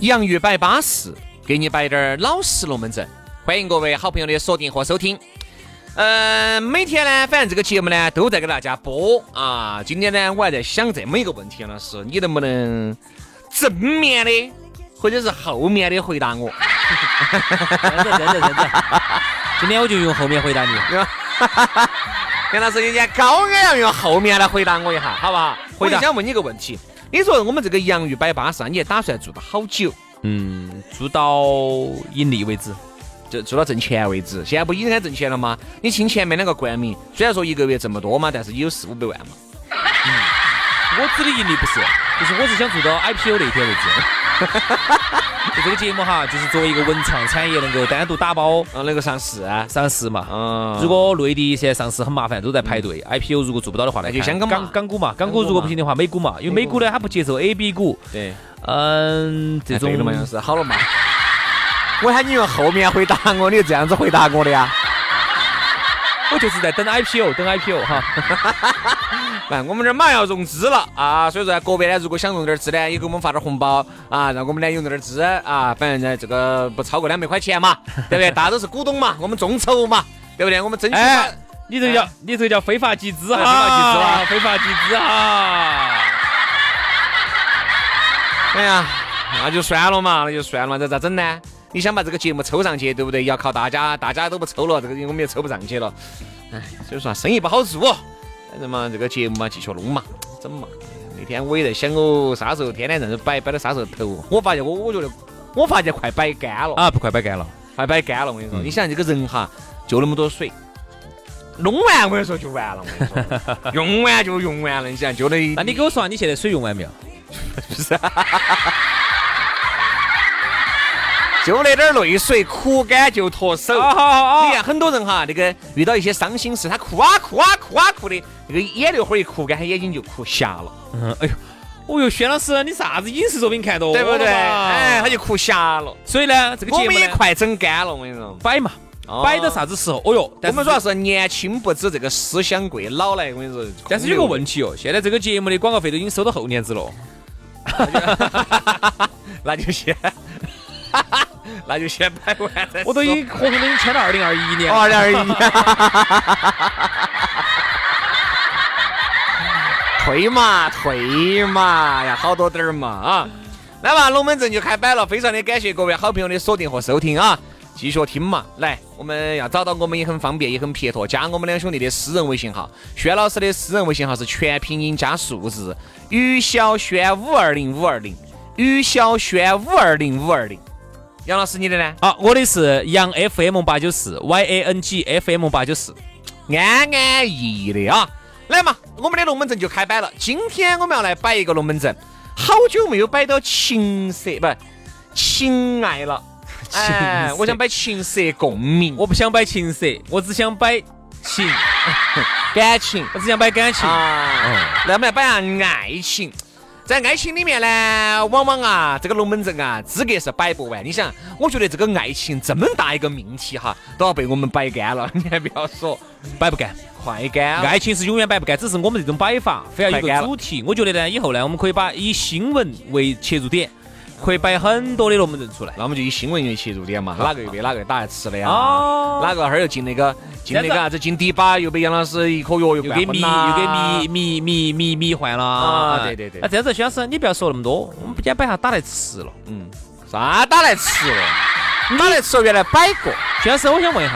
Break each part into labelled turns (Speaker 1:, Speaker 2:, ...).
Speaker 1: 洋芋摆巴适，给你摆点儿老实龙门阵。欢迎各位好朋友的锁定和收听。嗯、每天呢，反正这个节目呢都在给大家播啊。今天呢，我还在想这么一个问题，杨老师，你能不能正面的或者是后面的回答我？
Speaker 2: 真的真的真 的。今天我就用后面回答你，
Speaker 1: 杨老师，你今天高矮要用后面来回答我一下，好不好？我就想问你一个问题，你说我们这个洋芋摆巴适啊，你还打算做到好久？
Speaker 2: 嗯，做到盈利为止。
Speaker 1: 就做到挣钱为止。现在不已经该挣钱了吗？你听前面那个冠名，虽然说一个月挣不多嘛，但是也有四五百万嘛。
Speaker 2: 我指的盈利不是，就是我是想做到 IPO 那一天为止。 就这个节目哈，就是作为一个文创产业，能够单独打包
Speaker 1: 嗯，能够上市，
Speaker 2: 上市嘛。
Speaker 1: 嗯，
Speaker 2: 如果内地现在上市很麻烦，都在排队。IPO 如果做不到的话，嗯那
Speaker 1: 那就
Speaker 2: 看
Speaker 1: 香港嘛
Speaker 2: 港港股嘛，港股如果不行的话，美股嘛，因为美股呢它不接受 A、B 股，
Speaker 1: 对，
Speaker 2: 嗯，这
Speaker 1: 哎
Speaker 2: 种
Speaker 1: 对了嘛，杨是好了嘛。 我喊你用后面回答我，你就这样子回答我的呀？
Speaker 2: 我就是在等 IPO，等 IPO 哈。
Speaker 1: 哎，我们这儿马上要融资了啊，所以说呢各位呢，如果想融点资呢，也给我们发点红包啊，让我们呢融点资啊，反正呢这个不超过两百块钱嘛，对不对？大家都是股东嘛，我们众筹嘛，对不对？我们争取把
Speaker 2: 哎，你这个叫你这个叫非法集资哈，
Speaker 1: 非法集资啊
Speaker 2: 非法集资啊哈。
Speaker 1: 哎呀，那就算了嘛，那就算了嘛，这咋整呢？你想把这个节目抽上去，对不对？要靠大家，大家都不抽了，这个我们也抽不上去了。哎，所以说啊生意不好做，反正嘛，这个节目嘛继续弄嘛，整嘛。那天我也在想哦，啥时候天天在这摆摆到啥时候投？我发现我我觉得，我发现快摆干了，
Speaker 2: 啊，嗯不快摆干了。
Speaker 1: 快摆干了。我跟你说，你想这个人哈，就那么多水。弄完我跟你说就完了，我跟你说， 用完就用完了，你想就那一，
Speaker 2: 那你给我说下你现在水用完没有？
Speaker 1: 就那点儿泪水，哭干就脱手。
Speaker 2: 啊哦
Speaker 1: 你看很多人哈，那个遇到一些伤心事，他哭啊哭啊哭啊哭的，那个眼泪花一哭干，他眼睛就哭瞎了，
Speaker 2: 嗯，哎呦，哦哟，轩老师，你啥子影视作品看哦多了
Speaker 1: 对不对？
Speaker 2: 嘛
Speaker 1: 哎，他就哭瞎了。
Speaker 2: 所以呢，这个
Speaker 1: 我
Speaker 2: 节目
Speaker 1: 们也
Speaker 2: 呢
Speaker 1: 快整干了，我跟你说。
Speaker 2: 摆嘛，摆到啥子时候？哦哟，
Speaker 1: 我
Speaker 2: 但是
Speaker 1: 们主要是年轻不知这个思想贵，老来我跟你说。
Speaker 2: 但是有个问题哦，现在这个节目的广告费都已经收到后年子了。
Speaker 1: 题， 那就先， 那就先摆完再说。
Speaker 2: 我都已经合同都已经签到二零二一年了。
Speaker 1: 二点 一，退嘛退嘛呀，好多点儿嘛啊！来吧，龙门阵就开摆了，非常的感谢各位好朋友的锁定和收听啊！继续听嘛，来，我们要找到我们也很方便，也很撇脱。加我们两兄弟的私人微信号，轩老师的私人微信号是全拼音加数字，于小轩五二零五二零，于小轩五二零五二零。杨老师，你的呢？
Speaker 2: 好，我的是杨 FM 八九四 Y A N G F M 八九四。
Speaker 1: 安安逸逸的啊。来嘛，我们的龙门阵就开摆了。今天我们要来摆一个龙门阵，好久没有摆到情色，不情爱了。哎，
Speaker 2: 情色
Speaker 1: 我想摆情色共鸣，
Speaker 2: 我不想摆情色，我只想摆 情，
Speaker 1: 感情
Speaker 2: 我只想摆感情。
Speaker 1: 啊。那我们来摆下爱情。在爱情里面呢，往往啊，这个龙门阵啊，资格是摆不完。你想，我觉得这个爱情这么大一个命题哈，都要被我们摆干了。你 还不要说，
Speaker 2: 摆不干，
Speaker 1: 快干了。
Speaker 2: 爱情是永远摆不干，只是我们这种摆法非要有一
Speaker 1: 摆干
Speaker 2: 个
Speaker 1: 了
Speaker 2: 主题。我觉得呢，以后呢，我们可以把以新闻为切入点，可以摆很多的龙门阵出来。
Speaker 1: 那我们就以新闻为切入 点嘛，哪个又被哪个打来吃的呀？
Speaker 2: 哦
Speaker 1: 哪个哈儿又进那个进那个啥子进底吧，又被杨老师一颗药又
Speaker 2: 又
Speaker 1: 灌
Speaker 2: 给
Speaker 1: 昏
Speaker 2: 迷
Speaker 1: 啦
Speaker 2: 又给迷迷迷迷迷幻了哎
Speaker 1: 啊对对对
Speaker 2: 那这样子，徐老师，你不要说那么多，我们今天把它打来吃了。
Speaker 1: 嗯，啥打来吃了？打来吃了原来摆过，
Speaker 2: 徐老师，我想问一下，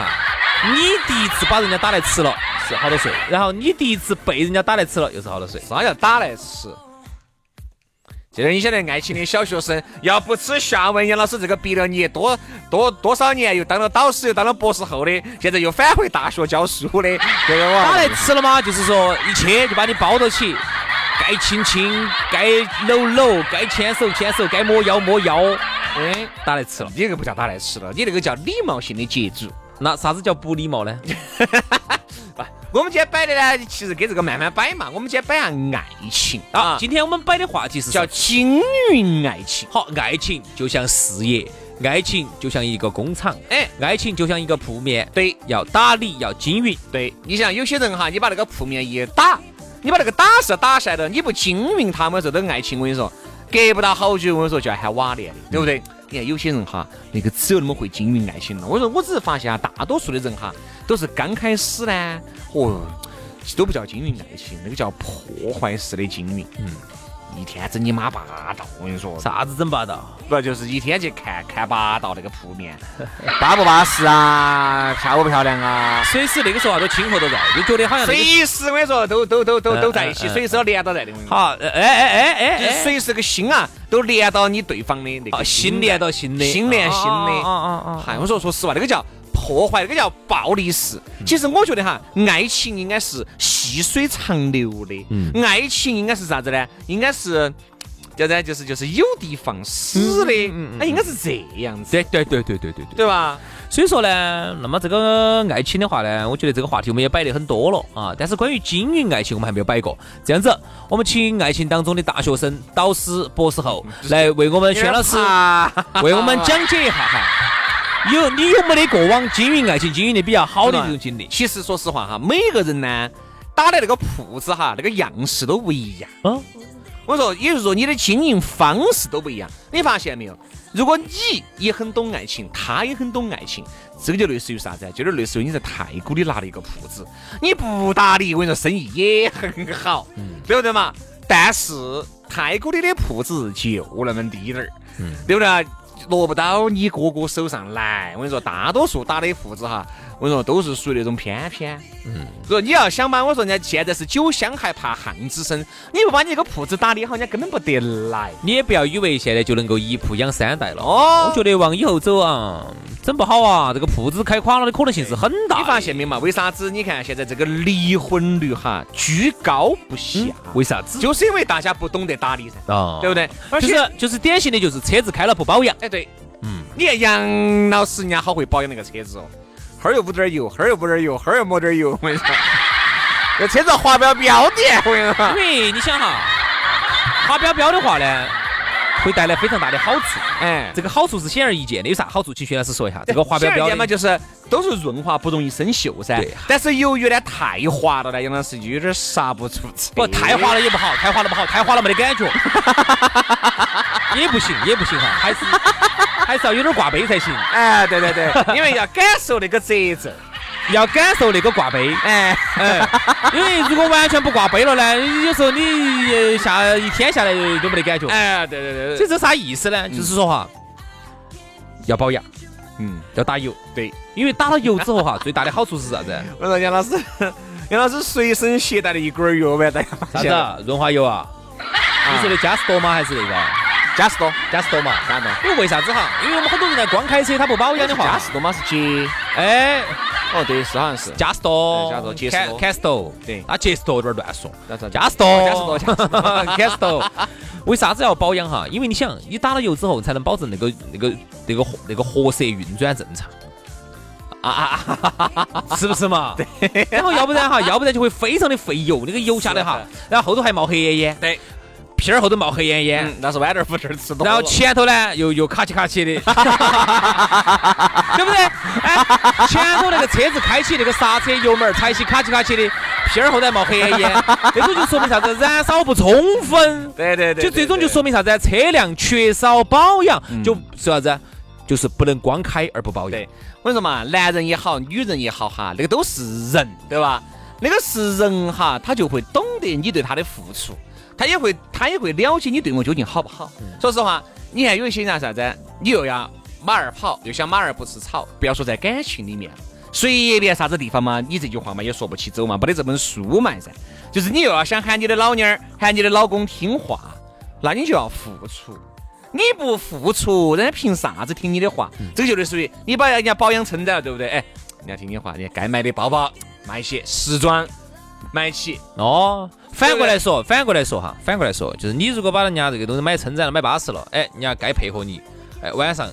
Speaker 2: 你第一次把人家打来吃了是好多岁？然后你第一次被人家打来吃了又是好多岁？
Speaker 1: 啥叫打来吃？这个你晓得，爱情的小学生要不吃下文，杨老师这个逼了你多多多少年，又当了导师，又当了博士后的，现在又返回大学教书 的，这个我
Speaker 2: 打来吃了吗？就是说一切就把你包到起，该亲亲，该搂搂，该牵手牵手，该摸腰摸腰，
Speaker 1: 哎，
Speaker 2: 打来吃了。
Speaker 1: 你那个不叫打来吃了，你那个叫礼貌性的接触。
Speaker 2: 那啥子叫不礼貌呢？
Speaker 1: 我们今天摆的呢，其实跟这个慢慢摆嘛。我们今天摆下爱情
Speaker 2: 啊，
Speaker 1: 啊，
Speaker 2: 今天我们摆的话题是
Speaker 1: 叫
Speaker 2: 叫
Speaker 1: 金云爱情。
Speaker 2: 好，爱情就像事业，爱情就像一个工厂，
Speaker 1: 哎，
Speaker 2: 爱情就像一个铺面，
Speaker 1: 对
Speaker 2: 要打理，要经营。
Speaker 1: 对，你想有些人哈，你把那个铺面一打，你把那个打是打下来了，你不经营他们这种爱情，我跟你说，隔不到好久，我跟你说就要喊瓦裂了，对不对？你看有些人哈，那个只有那么会经营爱情了。我说，我只是发现啊，大多数的人哈，都是刚开始呢，哦，都不叫经营爱情，那个叫破坏式的经营。嗯，一天整你妈霸道，我跟你说，
Speaker 2: 啥子整霸道？
Speaker 1: 不就是一天去看看八道那个铺面， 巴不巴适啊，漂不漂亮啊？
Speaker 2: 随时那个时候啊，都亲和得到，就觉得好像那个
Speaker 1: 随时我跟你说，都都都都
Speaker 2: 嗯
Speaker 1: 都在一
Speaker 2: 嗯
Speaker 1: 起，
Speaker 2: 嗯
Speaker 1: 随时都连到在的。好，
Speaker 2: 好，哎哎哎哎
Speaker 1: 就是
Speaker 2: 哎，
Speaker 1: 随时个心啊，都连到你对方的那
Speaker 2: 啊
Speaker 1: 个
Speaker 2: 心连到心的，
Speaker 1: 心连心
Speaker 2: 啊啊
Speaker 1: 的。
Speaker 2: 啊啊啊！
Speaker 1: 嗨，我说说实话，那个叫破坏，那个叫暴力式。
Speaker 2: 嗯
Speaker 1: 其实我觉得哈，爱情应该是细水长流的，
Speaker 2: 嗯
Speaker 1: 爱情应该是啥子呢？应该是叫啥？就是就是有的放矢的，
Speaker 2: 嗯
Speaker 1: 哎，应该是这样子，
Speaker 2: 对对对对对对对。
Speaker 1: 对吧？
Speaker 2: 所以说呢，那么这个爱情的话呢，我觉得这个话题我们也摆得很多了啊。但是关于经营爱情，我们还没有摆过。这样子，我们请爱情当中的大学生、导师、博士
Speaker 1: 嗯
Speaker 2: 后来为我们薛老师
Speaker 1: 啊，
Speaker 2: 为我们讲解一下哈。有你有没得过往经营爱情经营的比较好的这种经 历？
Speaker 1: 其实说实话哈，每个人呢打的那个铺子哈，那个样式都不一样。
Speaker 2: 嗯，
Speaker 1: 我说，也就是说你的经营方式都不一样。你发现没有？如果你也很懂爱情，他也很懂爱情，这个就类似于啥子啊？就有点类似于你在太古里拿了一个铺子，你不搭理，我跟你说生意也很好，对不对嘛？但是太古里的铺子就那么低点儿，对不对啊？落不到你哥哥手上来。我跟你说，大多数打的铺子哈，我跟你说都是属于那种偏偏。说你要想嘛，我说人家现在是酒香还怕巷子深，你不把你这个铺子打理好，人家根本不得来。
Speaker 2: 你也不要以为现在就能够一铺养三代了。我
Speaker 1: 哦，
Speaker 2: 觉得往以后走啊，整不好啊，这个铺子开垮了的可能性是很大的。
Speaker 1: 你发现没嘛？为啥子？你看现在这个离婚率哈居高不下，
Speaker 2: 为啥子？
Speaker 1: 就是 因为大家不懂得打理噻，
Speaker 2: 啊，
Speaker 1: 对不对？而
Speaker 2: 就
Speaker 1: 且，
Speaker 2: 是就是典型的就是车子开了不保养。
Speaker 1: 哎，对，
Speaker 2: 嗯，
Speaker 1: 你看杨老师人家好会保养那个车子哦，哈儿又补点儿油，哈儿又补点儿油，哈儿又抹点儿油，我 跟你说，这车子划不了标点，我跟你说
Speaker 2: 因。为你想 哈，滑标标的话呢，会带来非常大的好处。
Speaker 1: 哎，
Speaker 2: 这个好处是显而易见的，有啥好处？请薛老师说一下。这个滑标标
Speaker 1: 显而易见嘛，
Speaker 2: 的，
Speaker 1: 就是都是润滑，不容易生锈噻
Speaker 2: 对。
Speaker 1: 但是由于呢太滑了呢，杨老师就有点刹不住车。
Speaker 2: 不太滑了也不好，太滑了不好，太滑了没得感 觉，也不行，也不行哈，还是还是要有点挂杯才行，
Speaker 1: 哎，对对 对，因为要感受那个褶皱。
Speaker 2: 要感受那个挂杯。
Speaker 1: 哎，
Speaker 2: 哎，因为如果完全不挂杯了呢，有时候你呃下一天下来都没得感觉。
Speaker 1: 哎，对对
Speaker 2: 所
Speaker 1: 对，
Speaker 2: 以这啥意思呢？就是说哈，嗯要保养，
Speaker 1: 嗯，
Speaker 2: 要打油。
Speaker 1: 对。
Speaker 2: 因为打了油之后哈，最大的好处是啥子？
Speaker 1: 我说杨老师，杨老师随身携带了一管药丸，大家
Speaker 2: 啥
Speaker 1: 发现了？
Speaker 2: 子？润滑油啊？你说的嘉实多吗？还是那个
Speaker 1: 嘉实多，
Speaker 2: 嘉实多嘛？
Speaker 1: 啥啊嘛？
Speaker 2: 因为为啥子哈？因为我们很多人呢，光开车他不保养的
Speaker 1: 嘉
Speaker 2: 话，
Speaker 1: 实多嘛是捷。
Speaker 2: 哎，
Speaker 1: 哦，对，是好像是。
Speaker 2: 嘉实多，
Speaker 1: 哎嘉实多捷实多
Speaker 2: 凯斯多，
Speaker 1: 对
Speaker 2: 啊，捷实多有点乱说，
Speaker 1: 那咋
Speaker 2: 嘉实多，
Speaker 1: 嘉实多嘉实
Speaker 2: 多，凯斯多，为啥子要保养哈？因为你想，你打了油之后，才能保证那个那个那个那个活塞运转正常。啊啊啊！是不是嘛？对。然后要不然哈，要不然就会非常的费油，那个油下来哈
Speaker 1: 是，
Speaker 2: 然后后头还冒黑烟烟。
Speaker 1: 对，
Speaker 2: 屁眼后头冒黑烟烟。
Speaker 1: 嗯，那是豌豆腐这儿吃多了。
Speaker 2: 然后前头呢又又卡起卡起的， 对不对？哎，前头那个车子开起，那个刹车油门儿踩起卡起卡起的，屁儿后头冒黑 烟烟，这种就说明啥子？燃烧不充分，
Speaker 1: 对对对，
Speaker 2: 就最终就说
Speaker 1: 明
Speaker 2: 明啥子？车辆缺少保养，就是啥子？就是不能光开而不保养
Speaker 1: 对。。我跟你说嘛，男人也好，女人也好哈，那个都是人，对吧？那个是人哈，他就会懂得你对他的付出，他也会他也会了解你对我究竟好不好。说实话，你看有一些人啊啥子，你又要马儿跑，又想马儿不吃草，不要说在感情里面。随便啥子地方嘛，你这句话嘛也说不起走嘛，没得这本书嘛噻。就是你又要想喊你的老娘儿、喊你的老公听话，那你就要付出。你不付出，人家凭啥子听你的话？这个就是属于你把人家保养撑着了，对不对？哎，人家听你话，人家该买的包包买些，时装买起，
Speaker 2: 哦，反过来说，反过来说哈，反过来说，就是你如果把人家这个东西买撑展了、买巴适了，哎，人家该配合你，哎，晚上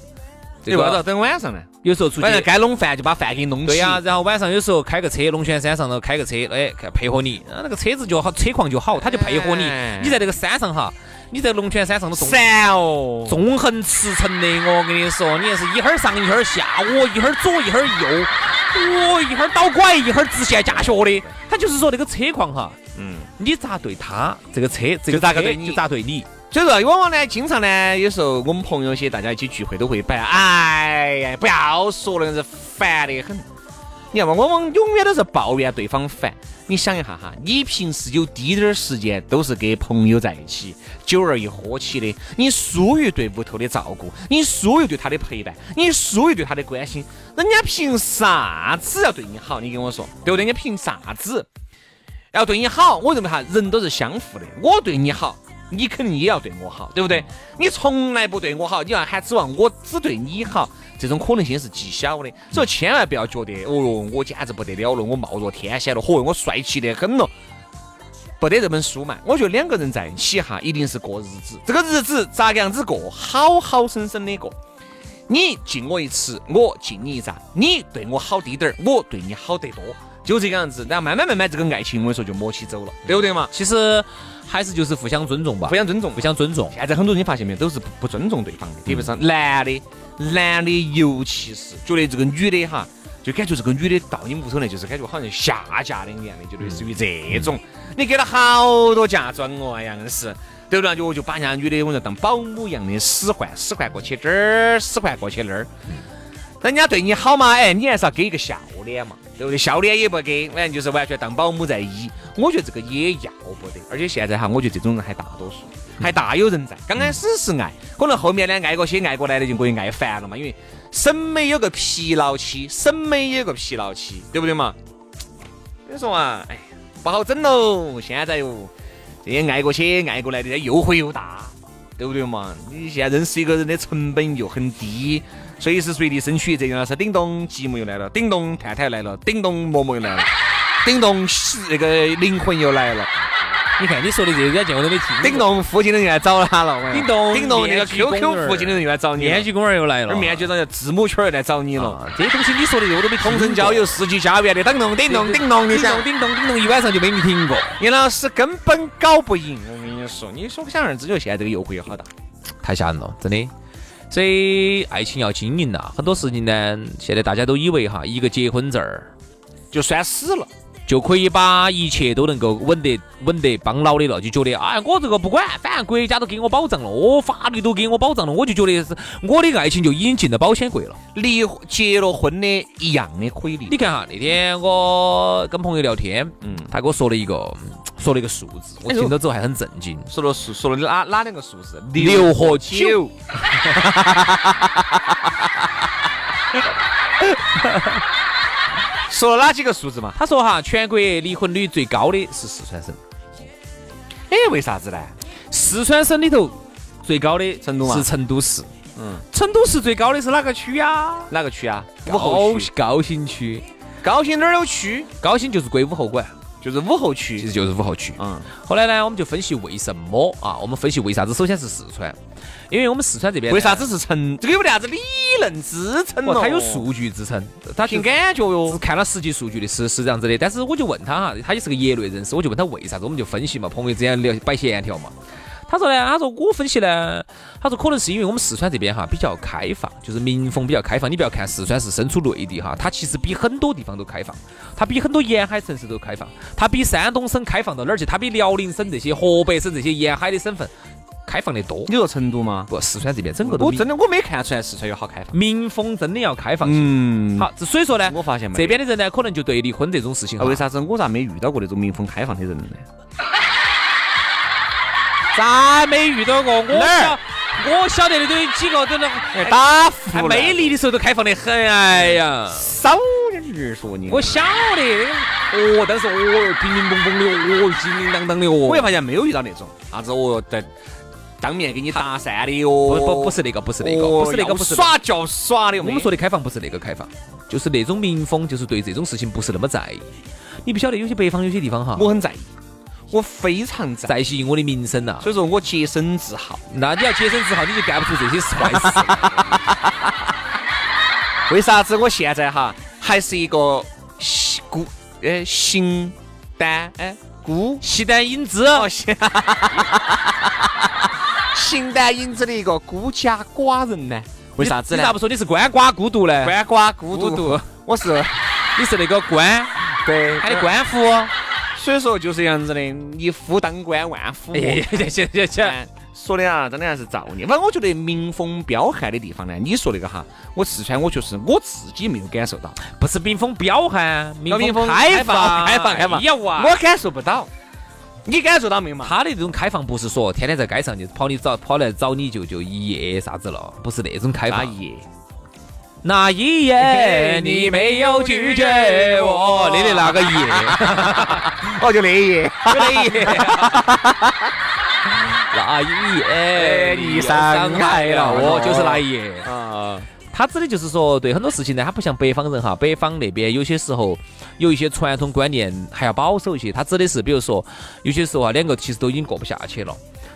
Speaker 2: 这
Speaker 1: 你为啥子
Speaker 2: 个
Speaker 1: 要等晚上呢？
Speaker 2: 有时候出去
Speaker 1: 晚上该弄饭就把饭给你弄起。
Speaker 2: 对呀、然后晚上有时候开个车，龙泉山上头开个车，哎，看配合你，啊，那个车子就好，车况就好，他就配合你
Speaker 1: 哎。
Speaker 2: 你在这个山上哈，你在龙泉山上头纵
Speaker 1: 散哦，
Speaker 2: 纵横驰骋的，我跟你说，你也是一会儿上一会儿下，我一会儿左一会儿右，我一会儿倒拐一会儿直线驾学的。他就是说那个车况哈，
Speaker 1: 嗯。
Speaker 2: 你咋对他，这个车这
Speaker 1: 就
Speaker 2: 个
Speaker 1: 咋个
Speaker 2: 车
Speaker 1: 对哎你
Speaker 2: 就咋对你。
Speaker 1: 所以说，往往呢，经常呢，有时候我们朋友些大家一起聚会都会摆，哎呀，不要说了，是烦得很。你看嘛，我们永远都是抱怨对方烦。你想一下哈，你平时有滴点儿时间都是跟朋友在一起，酒儿一喝起的，你疏于对屋头的照顾，你疏于对他的陪伴，你疏于对他的关心，人家凭啥子要对你好？你跟我说，对不对？人家凭啥子？要对你好，我认为哈，人都是相互的。我对你好，你肯定也要对我好，对不对？你从来不对我好，你要喊指望我只对你好，这种可能性是极小的。所以千万不要觉得，哦哟，我简直不得了了，我貌若天仙了，嚯，我帅气得很了。不得这本书嘛，我觉得两个人在一起哈，一定是过日子。这个日子咋个样子过？好好生生的过。你敬我一尺，我敬你一丈；你对我好滴点儿，我对你好得多，就这个样子。然后慢慢慢慢，这个爱情我跟你说就磨起走了，对不对嘛？
Speaker 2: 其实还是就是互相尊重吧
Speaker 1: 互，相尊重
Speaker 2: 互，相尊重。嗯
Speaker 1: 现在很多人你发现没有，都是不不尊重对方的，特别是男的，男的尤其是觉得这个女的哈，就感觉这个女的到你屋头来，就是感觉好像下嫁的一样的，就类似于这种。你给了好多嫁妆哦，哎呀，硬是。对不对？就就把人家女的，我说当保姆一样的使唤，使唤过去这儿，使唤过去那儿。人家对你好嘛，哎，你还是要给一个笑脸嘛，对不对？笑脸也不给，反正就是完全当保姆在医。我觉得这个也要不得，而且现在哈，我觉得这种人还大多数，还大有人在。刚开始是爱，可能后面呢爱过些，爱过来的就过于爱烦了嘛，因为审美有个疲劳期，审美有个疲劳期，对不对嘛？你说嘛，哎呀，不好整喽，现在哟，这些爱过去、爱过来的，人家诱惑又大，对不对嘛？你现在认识一个人的成本又很低，随时随地身躯这样是叮咚，寂寞又来了，叮咚，探探来了，叮咚，嬷嬷 又来了，叮咚，是那个灵魂又来了，
Speaker 2: 你看你说的这个，人家见我都没听过。
Speaker 1: 叮咚，附近的人来找他了，我跟你
Speaker 2: 叮
Speaker 1: 说
Speaker 2: 咚
Speaker 1: 叮咚，那个
Speaker 2: 面具公
Speaker 1: QQ
Speaker 2: 园
Speaker 1: 附近的人又来找你了，
Speaker 2: 面具公园又来了，
Speaker 1: 而面具长叫字母圈又来找你了，
Speaker 2: 啊，这东西你说的我都没听过
Speaker 1: 同城交友、世纪家园的，叮咚，叮咚，叮咚，你
Speaker 2: 叮
Speaker 1: 想
Speaker 2: 咚。叮咚叮咚，一晚上就没你听过。
Speaker 1: 严老师根本搞不赢，我跟你说，你所想而知，就现在这个诱惑有好大。
Speaker 2: 太吓人了，真的。所以啊爱情要经营呐、很多事情呢，现在大家都以为哈，一个结婚证儿
Speaker 1: 就算死了，
Speaker 2: 就可以把一切都能够稳得稳得帮牢的了，就觉得哎，我这个不管，反正国家都给我保障了，我法律都给我保障了，我就觉得是我的爱情就已经进了保险柜了。
Speaker 1: 离婚结了婚的一样的可以离
Speaker 2: 你。看哈，那天我跟朋友聊天，
Speaker 1: 嗯，
Speaker 2: 他给我说了一个说了一个数字，我
Speaker 1: 哎呦
Speaker 2: 听到之后还很震惊。
Speaker 1: 说了数，说了哪哪两个数字？
Speaker 2: 六和 九。
Speaker 1: 说了哪几个数字嘛？
Speaker 2: 他说哈，全国离婚率最高的是四川省，
Speaker 1: 哎，为啥子呢？
Speaker 2: 四川省里头最高的
Speaker 1: 成都嘛
Speaker 2: 是成都市，
Speaker 1: 嗯，
Speaker 2: 成都市最高的是哪个区啊？
Speaker 1: 哪个区啊？武
Speaker 2: 高
Speaker 1: 侯区。
Speaker 2: 高新区，
Speaker 1: 高新哪儿有区？
Speaker 2: 高新就是归武侯管，
Speaker 1: 就是武侯
Speaker 2: 其
Speaker 1: 区。
Speaker 2: 实就是武侯区。
Speaker 1: 嗯，
Speaker 2: 后来呢，我们就分析为什么啊？我们分析为啥子？首先是四川，因为我们四川这边呢
Speaker 1: 为啥？子是成？这个有啥子理论支撑
Speaker 2: 哦
Speaker 1: 哦？
Speaker 2: 它有数据支撑，它
Speaker 1: 凭
Speaker 2: 就
Speaker 1: 感觉
Speaker 2: 是
Speaker 1: 哟。
Speaker 2: 看了实际数据的，是是这样子的。但是我就问他哈，他也是个业内人士，我就问他为啥子，我们就分析嘛，朋友之间聊摆闲条嘛。他说呢，他说我分析呢，他说可能是因为我们四川这边哈比较开放，就是民风比较开放。你不要看四川是身处内地哈，它其实比很多地方都开放，它比很多沿海城市都开放，它比山东省开放到哪儿去？它比辽宁省这些、河北省这些沿海的省份开放的多。
Speaker 1: 你说成都吗？
Speaker 2: 不，四川这边整个都
Speaker 1: 我
Speaker 2: 民
Speaker 1: 真的我没看出来四川有好开放。
Speaker 2: 民风真的要开放起来。
Speaker 1: 嗯，
Speaker 2: 好，所以说呢，
Speaker 1: 我发现没
Speaker 2: 这边的人呢，可能就对离婚这种事情
Speaker 1: 啊，
Speaker 2: 哈，
Speaker 1: 为啥子我咋没遇到过那种民风开放的人呢？咋
Speaker 2: 没遇到过？我
Speaker 1: 哪
Speaker 2: 晓
Speaker 1: 儿
Speaker 2: 我晓得的都有几个都能哎
Speaker 1: 打服
Speaker 2: 还
Speaker 1: 了？
Speaker 2: 没离的时候都开放得很，哎呀，
Speaker 1: 少点儿说你。
Speaker 2: 我晓得，哦，当时哦，叮叮咚咚的，哦，叮叮当当的，
Speaker 1: 我
Speaker 2: 哦
Speaker 1: 也，发现没有遇到那种啥子哦，在当面给你搭讪的哟，
Speaker 2: 不不不是那个，不是那个，
Speaker 1: 哦
Speaker 2: 不是那个，
Speaker 1: 要
Speaker 2: 不是那个。
Speaker 1: 耍就耍的。
Speaker 2: 我们说的开放不是那个开放，就是那种民风，就是对这种事情不是那么在意。你不晓得有些北方有些地方哈
Speaker 1: 没，我很在意，我非常在
Speaker 2: 在意我的名声呐
Speaker 1: 意，。所以说我洁身自好。
Speaker 2: 那你要洁身自好，你就干不出这些坏事。
Speaker 1: 为啥子我现在哈还是一个西孤呃形单哎孤
Speaker 2: 西单影 子，
Speaker 1: 哦形形单影只的一个孤家寡人呢？为啥子
Speaker 2: 你
Speaker 1: 呢
Speaker 2: 咋？不说你是鳏寡孤独 呢？
Speaker 1: 鳏寡孤
Speaker 2: 孤
Speaker 1: 独
Speaker 2: 独，
Speaker 1: 我是
Speaker 2: 你是那个官，
Speaker 1: 对
Speaker 2: 喊的官 夫。
Speaker 1: 所以说就是这样子的，一夫当关，万夫莫
Speaker 2: 哎
Speaker 1: 开。，
Speaker 2: 行行行，
Speaker 1: 哎说的啊，真的还是造孽。反正我觉得民风彪悍的地方呢，你说那个哈，我四川我就是我自己没有感受到，
Speaker 2: 不是民风彪悍，民
Speaker 1: 民风
Speaker 2: 开
Speaker 1: 放，开放，开放，
Speaker 2: 哎呀哇！
Speaker 1: 我感受不到，你感受到没嘛？
Speaker 2: 他的这种开放不是说天天在街上就跑你找跑来找你就就一夜啥子了，不是那种开
Speaker 1: 大
Speaker 2: 放。
Speaker 1: 爷，
Speaker 2: 那一夜你没有拒绝我，你的那个夜，
Speaker 1: 哦，就那一夜，
Speaker 2: 那一夜， 那一夜你伤 害了我，就是那一夜。
Speaker 1: 啊，
Speaker 2: 他指的就是说，对很多事情呢，他不像北方人哈，北方那边有些时候有一些传统观念还要保守一些。他指的是，比如说有些时候啊，两个其实都已经过不下去了，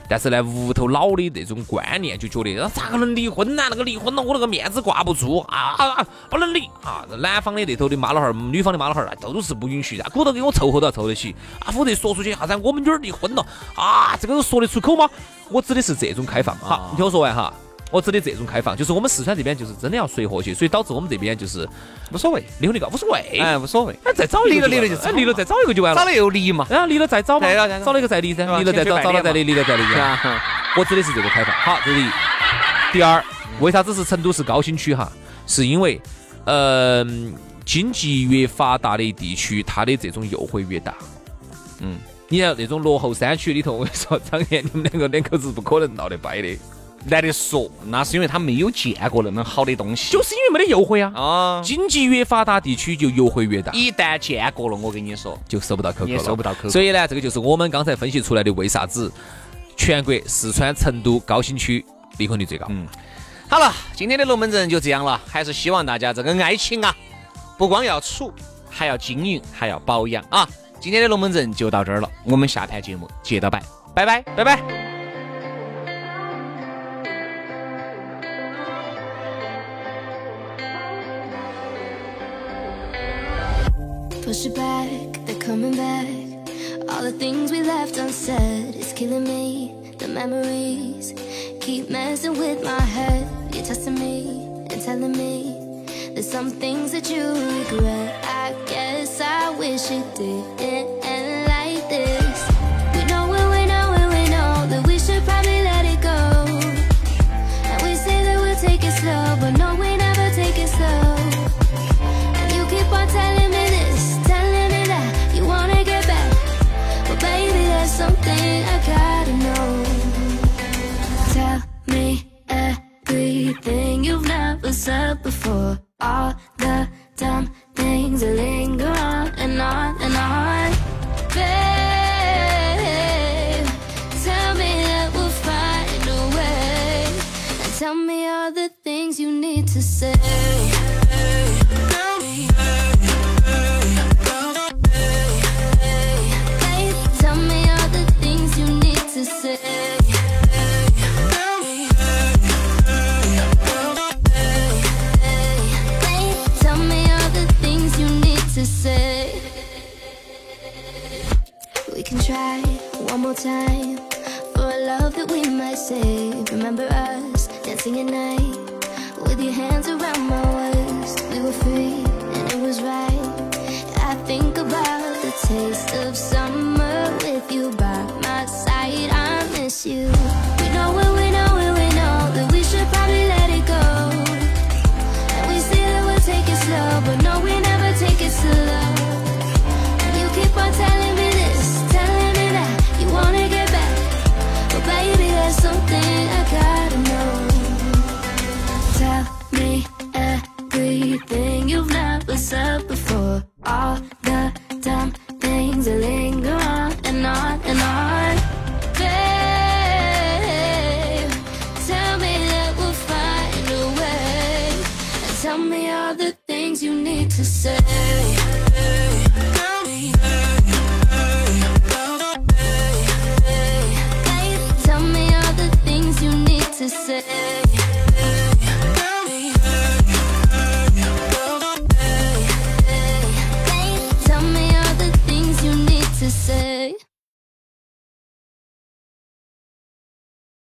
Speaker 2: 但是呢，屋头老的那种观念就觉得，啊咋个能离婚呢、那个离婚了，我那个面子挂不住啊啊，啊不能离啊！男方的那头的妈老汉儿，女方的妈老汉儿，那都是不允许的，骨头给我凑合都要凑得起啊，否则说出去啥子我们女儿离婚了啊，这个都说得出口吗？我指的是这种开放。好，你听我说完哈。我指的这种开放，啊就是我们四川这边就是真的要随和些，所以导致我们啊这边就是
Speaker 1: 无所谓，
Speaker 2: 离婚率高，无所谓，哎，
Speaker 1: 哎，无所谓，
Speaker 2: 再找一个哎
Speaker 1: 离了离了就
Speaker 2: 哎，离了再找一个就完
Speaker 1: 找
Speaker 2: 了，
Speaker 1: 了又离 嘛，
Speaker 2: 然后离了再找嘛
Speaker 1: 再找再，找
Speaker 2: 找了一个哎啊再离噻
Speaker 1: 对，吧
Speaker 2: 离了再
Speaker 1: 千
Speaker 2: 找，
Speaker 1: 锤
Speaker 2: 找了再
Speaker 1: 百
Speaker 2: 离，离了再离
Speaker 1: 是
Speaker 2: 噻。
Speaker 1: 吧？
Speaker 2: 我指的是这个开放。好，这是一。第二，为啥子是成都是高新区哈？是因为，呃，经济越发达的地区，它的这种诱惑越大。
Speaker 1: 嗯，
Speaker 2: 你像那种落后山区里头， 我跟你说，张燕，你们两个两口子不可能闹得掰的，
Speaker 1: 懒得说，那是因为他没有见过那么好的东西，
Speaker 2: 就是因为没得诱惑呀。
Speaker 1: 啊，
Speaker 2: 经济越发达地区就诱惑越大，
Speaker 1: 一旦见过了，我跟你说，
Speaker 2: 就收不到口口
Speaker 1: 也
Speaker 2: 了
Speaker 1: 收。不到口。
Speaker 2: 所以呢，这个就是我们刚才分析出来的，为啥子全国四川成都高新区离婚率最高。
Speaker 1: 嗯好了，今天的龙门阵就这样了，还是希望大家这个爱情啊，不光要处，还要经营，还要保养啊。今天的龙门阵就到这儿了，我们下盘节目接着摆，拜拜，拜拜。
Speaker 3: Push it back, they're coming back. All the things we left unsaid is killing me. The memories keep messing with my head. You're testing me and telling me there's some things that you regret. I guess I wish it didn't end like this. We know and we know and we know that we should probably let it go. And we say that we'll take it slow, but no, we never take it slow. And you keep on telling me this, telling me that you wanna get back. But baby, there's something I gotta know. Tell me everything you've never said before. All the dumb things that linger on and on and on. Babe, tell me that we'll find a way. And tell me all the things you need to say. Tell me all the things you need to say. Tell me all the things you need to say. We can try one more time for a love that we might save. Remember us dancing at night with your hands around my waist. We were free and it was right. I think about the taste of summer with you by my side. I miss you. We know it, we know it, we know that we should probably let it go. And we say that we'll take it slow, but no, we never take it slow. And you keep on telling me this, telling me that you wanna get back. But baby, there's something I gotta know. Tell me everything you've never said before. All the dumb things that linger on and on and on. Babe, tell me that we'll find a way. And tell me all the things you need to say.